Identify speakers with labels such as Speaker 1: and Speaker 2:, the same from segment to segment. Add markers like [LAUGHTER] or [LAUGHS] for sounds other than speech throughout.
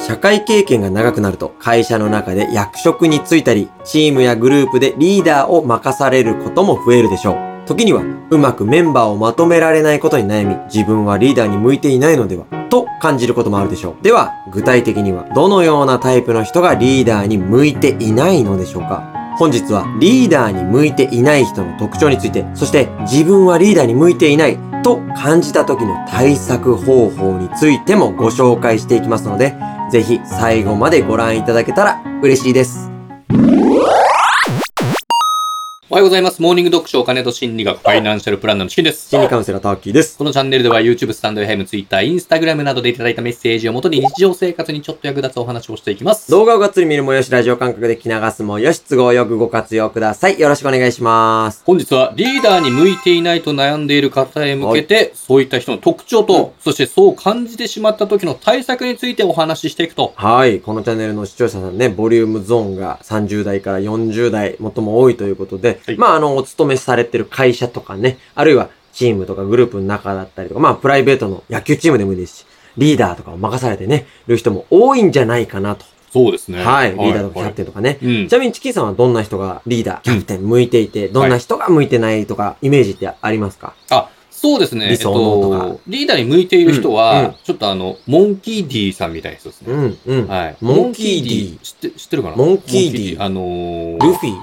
Speaker 1: 社会経験が長くなると会社の中で役職に就いたり、チームやグループでリーダーを任されることも増えるでしょう。時にはうまくメンバーをまとめられないことに悩み、自分はリーダーに向いていないのではと感じることもあるでしょう。では、具体的にはどのようなタイプの人がリーダーに向いていないのでしょうか本日はリーダーに向いていない人の特徴について、そして自分はリーダーに向いていないと感じた時の対策方法についてもご紹介していきますので、ぜひ最後までご覧いただけたら嬉しいです。
Speaker 2: おはようございます。モーニング読書お金と心理学ファイナンシャルプランナーのチキンです。
Speaker 1: 心理カウンセラーターキーです。
Speaker 2: このチャンネルでは YouTube、スタンド FM、Twitter、Instagram などでいただいたメッセージをもとに日常生活にちょっと役立つお話をしていきます。
Speaker 1: 動画をがっつり見るもよし、ラジオ感覚で聞き流すもよし、都合よくご活用ください。よろしくお願いします。
Speaker 2: 本日はリーダーに向いていないと悩んでいる方へ向けて、そういった人の特徴と、そしてそう感じてしまった時の対策についてお話ししていくと。
Speaker 1: はい。このチャンネルの視聴者さんね、ボリュームゾーンが30代から40代、最も多いということで、
Speaker 2: はい
Speaker 1: まあ、あの、お勤めされてる会社とかね、あるいはチームとかグループの中だったりとか、まあ、プライベートの野球チームでもいいですし、リーダーとかを任されてね、る人も多いんじゃないかなと。
Speaker 2: そうですね。
Speaker 1: はい。リーダーとかキャプテンとかね。
Speaker 2: はいうん
Speaker 1: ち。なみにチキンさんはどんな人がリーダー、キャプテン向いていて、どんな人が向いてないとか、イメージってありますか
Speaker 2: あ、そうですね。
Speaker 1: 理想の
Speaker 2: えっと、リーダーに向いている人は、
Speaker 1: うんうん
Speaker 2: ちょっとあの、モンキー D さんみたいな人ですね。
Speaker 1: うん、うん。
Speaker 2: はい。
Speaker 1: モンキー D
Speaker 2: モンキー D 知って、知ってるかな
Speaker 1: モンキー D
Speaker 2: モあの
Speaker 1: ル
Speaker 2: ー、
Speaker 1: フィ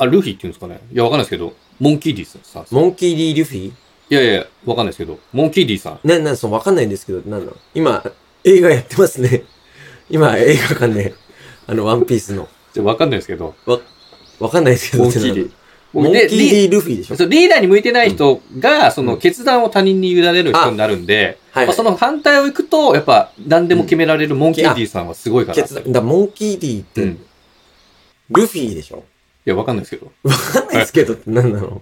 Speaker 2: あ、ルフィって言うんですかねいや、わかんないですけど、モンキー D さんさん。
Speaker 1: モンキー D ルフィ
Speaker 2: いやいや、わかんないですけど、モンキー D さん。
Speaker 1: な、な、そう、わかんないんですけど、なんなの今、映画やってますね。 [LAUGHS] 今、映画館で、あの、ワンピースの。
Speaker 2: じゃわかんないですけど、
Speaker 1: わかんないですけど、
Speaker 2: モンキー D
Speaker 1: って。モンキー
Speaker 2: でリ
Speaker 1: D ルフィでしょ
Speaker 2: そうリーダーに向いてない人が、そうの
Speaker 1: ん
Speaker 2: 決断を他人に委ねる人になるんで、
Speaker 1: はい
Speaker 2: まあ、その反対を行くと、やっぱ何でも決められるモンキー D さんはすごいから。
Speaker 1: 決断。だからモンキー D って、
Speaker 2: うん。い
Speaker 1: ルフィでしょ
Speaker 2: や、わかんないですけど。
Speaker 1: わかんないですけどってなんなの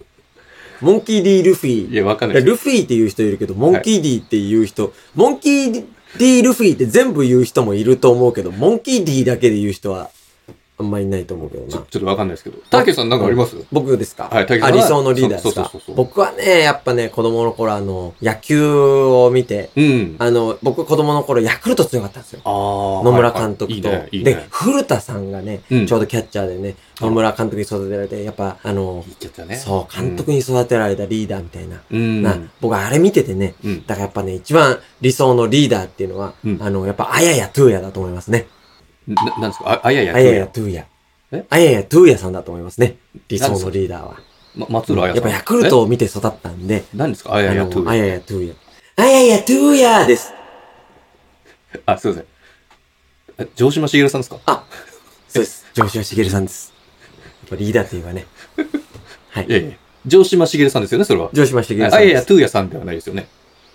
Speaker 1: モンキー D ルフィ
Speaker 2: い。や、わかん
Speaker 1: い
Speaker 2: ない
Speaker 1: や
Speaker 2: です。
Speaker 1: ルフィっていう人いるけど、モンキー D っていう人、モンキー D ルフィって全部言う人もいると思うけど、モンキー D だけで言う人は、あんまりいないと思うけど
Speaker 2: ちょ
Speaker 1: な。
Speaker 2: ちょっとわかんないですけど。たけさんなんかあります
Speaker 1: 僕ですか
Speaker 2: はい竹
Speaker 1: あ
Speaker 2: さんは
Speaker 1: 理想のリーダーですか
Speaker 2: そうそうそうそう
Speaker 1: 僕はね、やっぱね、子供の頃あの、野球を見て、
Speaker 2: うん。
Speaker 1: あの、僕子供の頃ヤクルト強かったんですよ。
Speaker 2: あー
Speaker 1: 野村監督と。
Speaker 2: はいはいいいね、いい
Speaker 1: で
Speaker 2: ね、。
Speaker 1: 古田さんがね、
Speaker 2: うん
Speaker 1: ちょうどキャッチャーでね、
Speaker 2: あ
Speaker 1: 野村監督に育てられて、やっぱあの
Speaker 2: い、いキャッチャーね。
Speaker 1: そう、監督に育てられたリーダーみたいな。
Speaker 2: うん。
Speaker 1: な僕あれ見ててね、
Speaker 2: うん。
Speaker 1: だからやっぱね、一番理想のリーダーっていうのは、
Speaker 2: うん
Speaker 1: あの、やっぱ、あややトゥーヤだと思いますね。
Speaker 2: な、なんですかあ、あやや。
Speaker 1: あやや。トゥーヤ
Speaker 2: え。
Speaker 1: あややトゥーヤさんだと思いますね。理想
Speaker 2: 何です
Speaker 1: の
Speaker 2: か
Speaker 1: リーダーは。
Speaker 2: ま、松浦あや
Speaker 1: やっぱヤクルトを見て育ったんで、
Speaker 2: 何ですかあ
Speaker 1: あ
Speaker 2: やや
Speaker 1: の
Speaker 2: と。
Speaker 1: あややトゥーヤ。あややトゥーヤです。
Speaker 2: あ、すいません。え城島茂さんですか
Speaker 1: そうです。城島茂さんです。やっぱリーダーといえばね。はい
Speaker 2: い。やいや。城島茂さんですよね、それは。
Speaker 1: 城島茂さ
Speaker 2: あ
Speaker 1: ん
Speaker 2: いやい
Speaker 1: で
Speaker 2: や、
Speaker 1: す。
Speaker 2: トゥーヤさんではないですよね。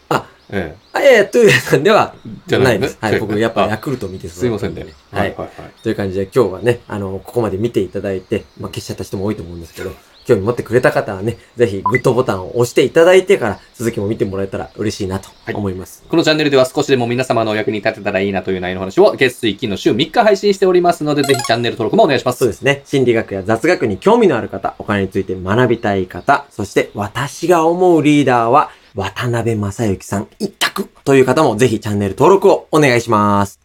Speaker 1: あ、
Speaker 2: え
Speaker 1: あややトゥーヤさんでは
Speaker 2: え。じゃ
Speaker 1: ないです。はい。
Speaker 2: そう
Speaker 1: 僕やっぱヤ
Speaker 2: あ
Speaker 1: クルトを見て育ったん
Speaker 2: すいませんね。
Speaker 1: は
Speaker 2: はいい。はいはい。
Speaker 1: という感じで今日はね、あの、ここまで見ていただいて、まあ、消しちゃった人も多いと思うんですけど、興味持ってくれた方はね、ぜひグッドボタンを押していただいてから、続きも見てもらえたら嬉しいなと
Speaker 2: はい
Speaker 1: 思います。
Speaker 2: このチャンネルでは少しでも皆様のお役に立てたらいいなという内容の話を月水金の週3日配信しておりますので、ぜひチャンネル登録もお願いしま
Speaker 1: そう
Speaker 2: す。
Speaker 1: ですね。心理学や雑学に興味のある方、お金について学びたい方、そして私が思うリーダーは、渡辺正幸さん一択という方もぜひチャンネル登録をお願いします。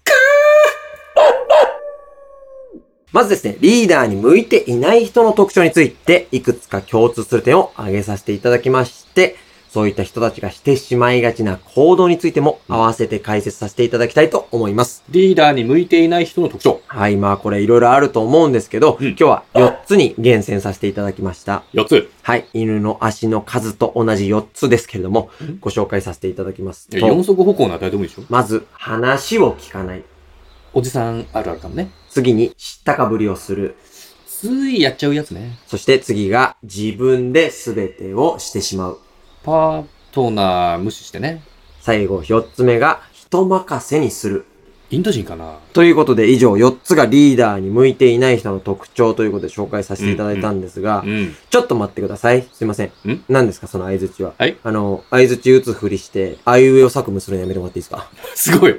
Speaker 1: まずですね、リーダーに向いていない人の特徴について、いくつか共通する点を挙げさせていただきまして、そういった人たちがしてしまいがちな行動についても合わせて解説させていただきたいと思います。
Speaker 2: リーダーに向いていない人の特徴。
Speaker 1: はい、まあこれいろいろあると思うんですけど、
Speaker 2: うん
Speaker 1: 今日は4つに厳選させていただきました。
Speaker 2: 4つ。
Speaker 1: はい、犬の足の数と同じ4つですけれども
Speaker 2: うん、
Speaker 1: ご紹介させていただきます
Speaker 2: いや四
Speaker 1: と、
Speaker 2: 足歩行なら誰でもいいでしょ
Speaker 1: まず、話を聞かない。
Speaker 2: おじさんあるあるかもね。
Speaker 1: 次に、知ったかぶりをする。
Speaker 2: ついやっちゃうやつね。
Speaker 1: そして次が、自分で全てをしてしまう。
Speaker 2: パートナー無視してね。
Speaker 1: 最後、4つ目が、人任せにする。
Speaker 2: インド人かな
Speaker 1: ということで、以上4つがリーダーに向いていない人の特徴ということで紹介させていただいたんですが、
Speaker 2: うん。
Speaker 1: ちょっと待ってください。すいません。
Speaker 2: ん
Speaker 1: 何ですか、その相づちは。
Speaker 2: はい
Speaker 1: あの、相づち打つふりして、あいうえを作務するのやめてもらっていいですか
Speaker 2: すごい。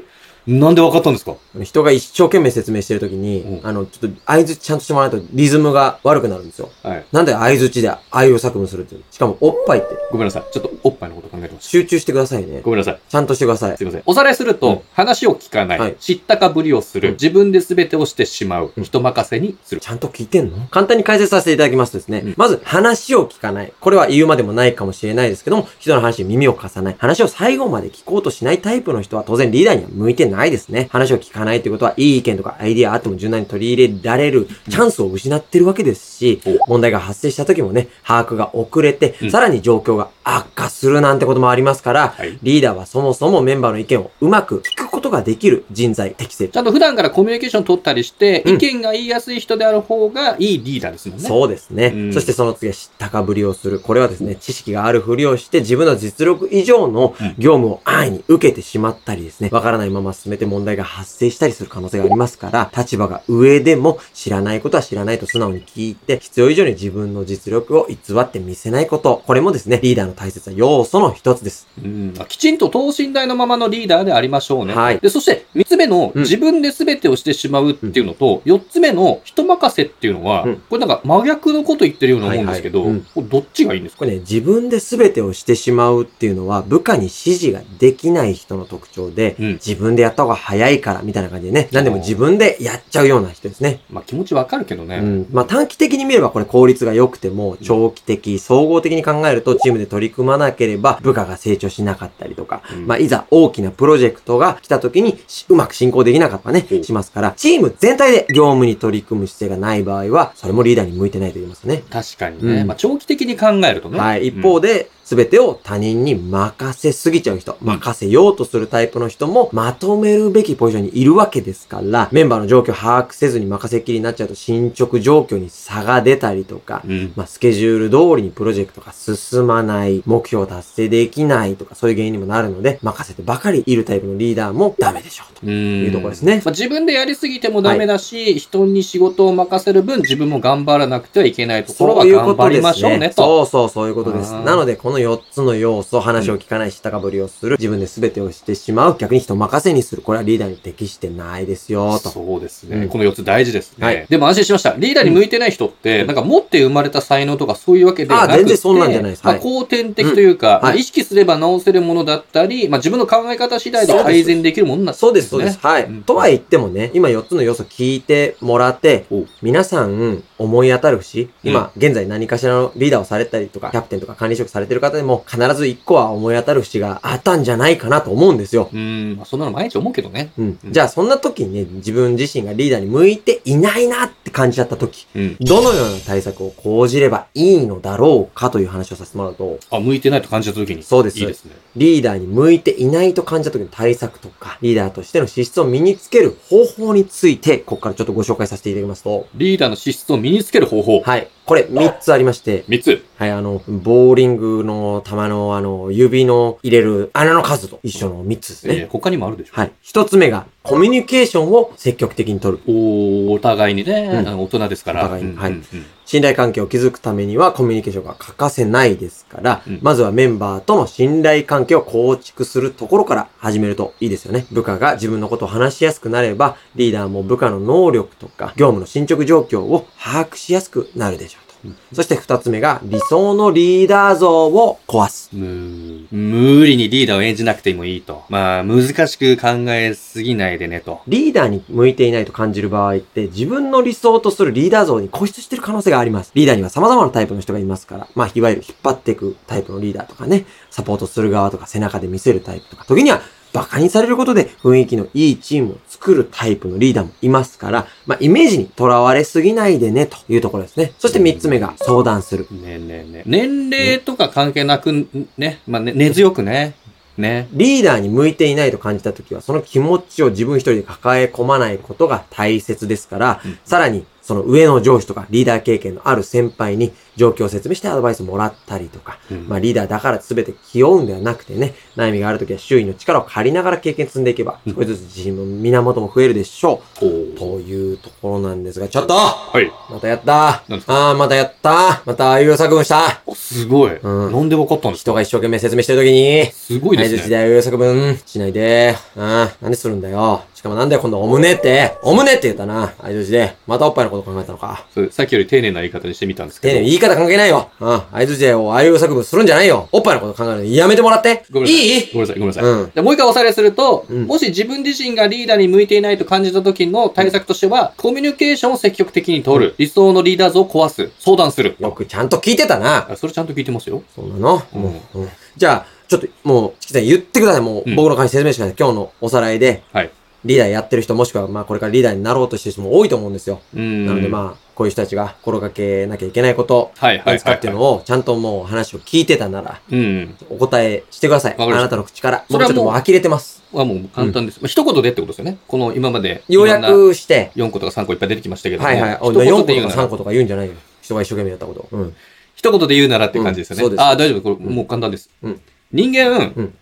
Speaker 2: なんでわかったんですか
Speaker 1: 人が一生懸命説明してるときに、
Speaker 2: うん
Speaker 1: あの、ちょっと合図ちゃんとしてもらわないとリズムが悪くなるんですよ。
Speaker 2: はい。
Speaker 1: なんで合図値で愛を作文するっていう。しかも、おっぱいって。
Speaker 2: ごめんなさい。ちょっとおっぱいのこと考えてまし
Speaker 1: 集中してくださいね
Speaker 2: た。。ごめんなさい。
Speaker 1: ちゃんとしてください
Speaker 2: す。いません。おさらいすると、
Speaker 1: うん
Speaker 2: 話を聞かない,、
Speaker 1: はい
Speaker 2: 知ったかぶりをする、
Speaker 1: うん
Speaker 2: 自分で全てをしてしまう、
Speaker 1: うん
Speaker 2: 人任せにする。
Speaker 1: ちゃんと聞いてんの簡単に解説させていただきますとですね、
Speaker 2: うん
Speaker 1: まず話を聞かない。これは言うまでもないかもしれないですけども、人の話に耳を貸さない。話を最後まで聞こうとしないタイプの人は当然リーダーには向いてないですね。話を聞かないということは、いい意見とかアイディアあっても柔軟に取り入れられるチャンスを失ってるわけですし、
Speaker 2: お
Speaker 1: 問題が発生した時もね、把握が遅れて、
Speaker 2: うん
Speaker 1: さらに状況が悪化するなんてこともありますから、
Speaker 2: はい。
Speaker 1: リーダーはそもそもメンバーの意見をうまく聞くことができる人材適正。
Speaker 2: ちゃんと普段からコミュニケーション取ったりして、
Speaker 1: うん
Speaker 2: 意見が言いやすい人である方がいいリーダーですもんね。
Speaker 1: そうですね。
Speaker 2: うん
Speaker 1: そしてその次は知ったかぶりをする。これはですね、知識があるふりをして自分の実力以上の
Speaker 2: うん
Speaker 1: 業務を安易に受けてしまったりですね、わからないまま進めて問題が発生したりする可能性がありますから、立場が上でも知らないことは知らないと素直に聞いて、必要以上に自分の実力を偽って見せないこと。これもですね、リーダーの大切な要素の一つです。
Speaker 2: うん、きちんと等身大のままのリーダーでありましょうね。
Speaker 1: はい
Speaker 2: でそして、三つ目の、
Speaker 1: うん
Speaker 2: 自分で全てをしてしまうっていうのと、四つ目の、人任せっていうのは、
Speaker 1: うん
Speaker 2: これなんか真逆のこと言ってるようなもんですけど、
Speaker 1: はいはいうん
Speaker 2: これどっちがいいんですか
Speaker 1: これね、自分で全てをしてしまうっていうのは、部下に指示ができない人の特徴で、
Speaker 2: うん。
Speaker 1: 自分でやった方が早いから、みたいな感じでね。何でも自分でやっちゃうような人ですね。
Speaker 2: まあ気持ちわかるけどね。
Speaker 1: うん。まあ短期的に見ればこれ効率が良くても、長期的、総合的に考えるとチームで取り組まなければ部下が成長しなかったりとか、
Speaker 2: うん
Speaker 1: まあいざ大きなプロジェクトが来た時にしうまく進行できなかったりとか
Speaker 2: うん
Speaker 1: ね、しますから、チーム全体で業務に取り組む姿勢がない場合は、それもリーダーに向いてないと言いますね。
Speaker 2: 確かにね。
Speaker 1: うん
Speaker 2: まあ長期的に考えるとね。
Speaker 1: はい。
Speaker 2: うん
Speaker 1: 一方で、すべてを他人に任せすぎちゃう人、
Speaker 2: うん
Speaker 1: 任せようとするタイプの人も、まとめるべきポジションにいるわけですから、メンバーの状況を把握せずに任せっきりになっちゃうと、進捗状況に差が出たりとか、
Speaker 2: うん
Speaker 1: まあ、スケジュール通りにプロジェクトが進まない、目標を達成できないとか、そういう原因にもなるので、任せてばかりいるタイプのリーダーもダメでしょうと。
Speaker 2: うん
Speaker 1: いうとこですね
Speaker 2: まあ、自分でやりすぎてもダメだし、人に仕事を任せる分、自分も頑張らなくてはいけないところ
Speaker 1: そ
Speaker 2: は
Speaker 1: ういう
Speaker 2: 頑
Speaker 1: こと
Speaker 2: 張
Speaker 1: で
Speaker 2: り
Speaker 1: す
Speaker 2: ましょうね、
Speaker 1: ね。そ
Speaker 2: と。
Speaker 1: うそう、そういうことです。
Speaker 2: あー
Speaker 1: なので、この4つの要素、話を聞かない、知ったかぶりをする、自分で全てをしてしまう、逆に人任せにする、これはリーダーに適してないですよ、と。
Speaker 2: そうですね。
Speaker 1: うん
Speaker 2: この4つ大事ですね、
Speaker 1: はい
Speaker 2: でも安心しました。リーダーに向いてない人って、
Speaker 1: うん
Speaker 2: なんか持って生まれた才能とかそういうわけではなくて、
Speaker 1: あ全然そんなんじゃないです
Speaker 2: まあ、
Speaker 1: はい
Speaker 2: 後天的というか、
Speaker 1: んはい
Speaker 2: 意識すれば直せるものだったり、まあ、自分の考え方次第で改善できるものなん
Speaker 1: そうです、そうです。。はい。
Speaker 2: うん
Speaker 1: とは言ってもね、今4つの要素聞いてもらって
Speaker 2: お、
Speaker 1: 皆さん思い当たる節、今、現在何かしらのリーダーをされたりとか、キャプテンとか管理職されてる方でも、必ず1個は思い当たる節があったんじゃないかなと思うんですよ。
Speaker 2: うん、まあ、そんなの毎日思うけどね。
Speaker 1: うん
Speaker 2: う。ん
Speaker 1: じゃあ、そんな時にね、自分自身がリーダーに向いていないなって感じちゃった時、
Speaker 2: うん。
Speaker 1: どのような対策を講じればいいのだろうかという話をさせてもらうと、
Speaker 2: あ、向いてないと感じた時に。
Speaker 1: そうです
Speaker 2: いいですね。
Speaker 1: リーダーに向いていないと感じた時の対策とか、リーダーとしての資質を身につける方法について、ここからちょっとご紹介させていただきますと、
Speaker 2: リーダーの資質を身につける方法。
Speaker 1: はい。これ3つありまして、
Speaker 2: 3つ。
Speaker 1: はい、あの、ボーリングの球のあの、指の入れる穴の数と一緒の3つです
Speaker 2: えー
Speaker 1: ね。
Speaker 2: 他にもあるでしょ
Speaker 1: はい。1つ目が、コミュニケーションを積極的に取る。
Speaker 2: おお互いにね、
Speaker 1: うん
Speaker 2: あの大人ですから。
Speaker 1: お互いに
Speaker 2: うん
Speaker 1: はい
Speaker 2: うんうん
Speaker 1: 信頼関係を築くためにはコミュニケーションが欠かせないですから、
Speaker 2: うん
Speaker 1: まずはメンバーとの信頼関係を構築するところから始めるといいですよね。部下が自分のことを話しやすくなれば、リーダーも部下の能力とか業務の進捗状況を把握しやすくなるでしょうと。そして二つ目が理想のリーダー像を壊す。
Speaker 2: むー無理にリーダーを演じなくてもいいと。まあ、難しく考えすぎないでねと。
Speaker 1: リーダーに向いていないと感じる場合って、自分の理想とするリーダー像に固執してる可能性があります。リーダーには様々なタイプの人がいますから、まあ、いわゆる引っ張っていくタイプのリーダーとかね、サポートする側とか背中で見せるタイプとか、時には馬鹿にされることで雰囲気のいいチームを作るタイプのリーダーもいますから、まあ、イメージにとらわれすぎないでね、というところですね。そして三つ目が相談する。
Speaker 2: ねえねえねえ年齢とか関係なく、んね、まあ、ね、根強くね。ね。
Speaker 1: リーダーに向いていないと感じた時は、その気持ちを自分一人で抱え込まないことが大切ですから、
Speaker 2: うん
Speaker 1: さらに、その上の上司とかリーダー経験のある先輩に、状況を説明してアドバイスもらったりとか、
Speaker 2: うん
Speaker 1: まあリーダーだから全て気負うんではなくてね、悩みがあるときは周囲の力を借りながら経験積んでいけば、
Speaker 2: うん
Speaker 1: 少しずつ自信の源も増えるでしょ
Speaker 2: お
Speaker 1: う。
Speaker 2: ー
Speaker 1: というところなんですが、ちょっと
Speaker 2: はい。
Speaker 1: またやった
Speaker 2: 何です
Speaker 1: ああ、またやったまたああいう作文した
Speaker 2: おすごい。
Speaker 1: うん
Speaker 2: なんでわかったんですか
Speaker 1: 人が一生懸命説明してるときに、
Speaker 2: すごいで
Speaker 1: はい、
Speaker 2: す
Speaker 1: 時
Speaker 2: ね。
Speaker 1: 代を予測分しないで。ああ、何するんだよ。しかもなんだよ、今度お胸って。お胸って言ったな。はい、時代。またおっぱいのこと考えたのか。
Speaker 2: そうさっきより丁寧な言い方にしてみたんですけ
Speaker 1: 丁
Speaker 2: ど。
Speaker 1: 寧に言い方関係ないよ。ああ、合図時代をああいう予測分するんじゃないよ。おっぱいのこと考えるのやめてもらって。
Speaker 2: ごめんなさい。
Speaker 1: いい
Speaker 2: ごめんなさい、ごめんなさい。
Speaker 1: うん。
Speaker 2: でもう一回おさらいすると、
Speaker 1: うん
Speaker 2: もし自分自身がリーダーに向いていないと感じた時の対策としては、コミュニケーションを積極的に取る、理想のリーダー像を壊す、相談する。
Speaker 1: よくちゃんと聞いてたな。
Speaker 2: あそれちゃんと聞いてますよ。
Speaker 1: そうなの、
Speaker 2: うん
Speaker 1: もううんじゃあ、ちょっと、もう、チキさん言ってください。もう、
Speaker 2: うん
Speaker 1: 僕の感じ説明してください。今日のおさらいで。
Speaker 2: はい
Speaker 1: リーダーやってる人、もしくは、まあ、これからリーダーになろうとしてる人も多いと思うんですよ。
Speaker 2: うん。
Speaker 1: なので、まあ、こういう人たちが心がけなきゃいけないこと、
Speaker 2: あ、はいはいはい、はい。
Speaker 1: 何つかっていうのを、ちゃんともう話を聞いてたなら、
Speaker 2: うん。
Speaker 1: お答えしてください。
Speaker 2: わか
Speaker 1: あ
Speaker 2: りました
Speaker 1: なたの口から。
Speaker 2: そ
Speaker 1: 僕
Speaker 2: れ
Speaker 1: ちょ
Speaker 2: はも
Speaker 1: っと
Speaker 2: う
Speaker 1: もう呆れてます。
Speaker 2: はもう簡単です。まあ一言でってことですよね。この今まで。
Speaker 1: ようや
Speaker 2: いろんな
Speaker 1: くして、
Speaker 2: 4個とか3個いっぱい出てきましたけども、
Speaker 1: はいはい。
Speaker 2: 一
Speaker 1: 4
Speaker 2: 言
Speaker 1: 個
Speaker 2: で言
Speaker 1: と
Speaker 2: うな
Speaker 1: か3
Speaker 2: ら、
Speaker 1: 個とか言うんじゃないよ。人が一生懸命やったこと。うん。
Speaker 2: 一言で言うならっていう感じですよね。
Speaker 1: うんそうです
Speaker 2: ああ、大丈夫。これ、
Speaker 1: ん
Speaker 2: もう簡単です。
Speaker 1: うん
Speaker 2: 人間、
Speaker 1: うん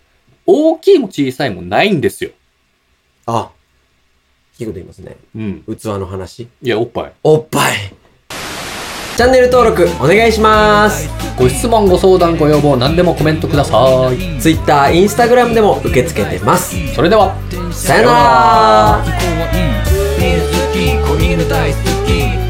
Speaker 2: 大きいも小さいもないんですよ。
Speaker 1: あ、いいこと言いますね。
Speaker 2: うん。
Speaker 1: 器の話。
Speaker 2: いや、おっぱい。
Speaker 1: おっぱいチャンネル登録お願いします
Speaker 2: ご質問、ご相談、ご要望、何でもコメントください。
Speaker 1: Twitter、Instagram でも受け付けてます。
Speaker 2: それでは。
Speaker 1: さよなら
Speaker 3: 犬好き子犬大好き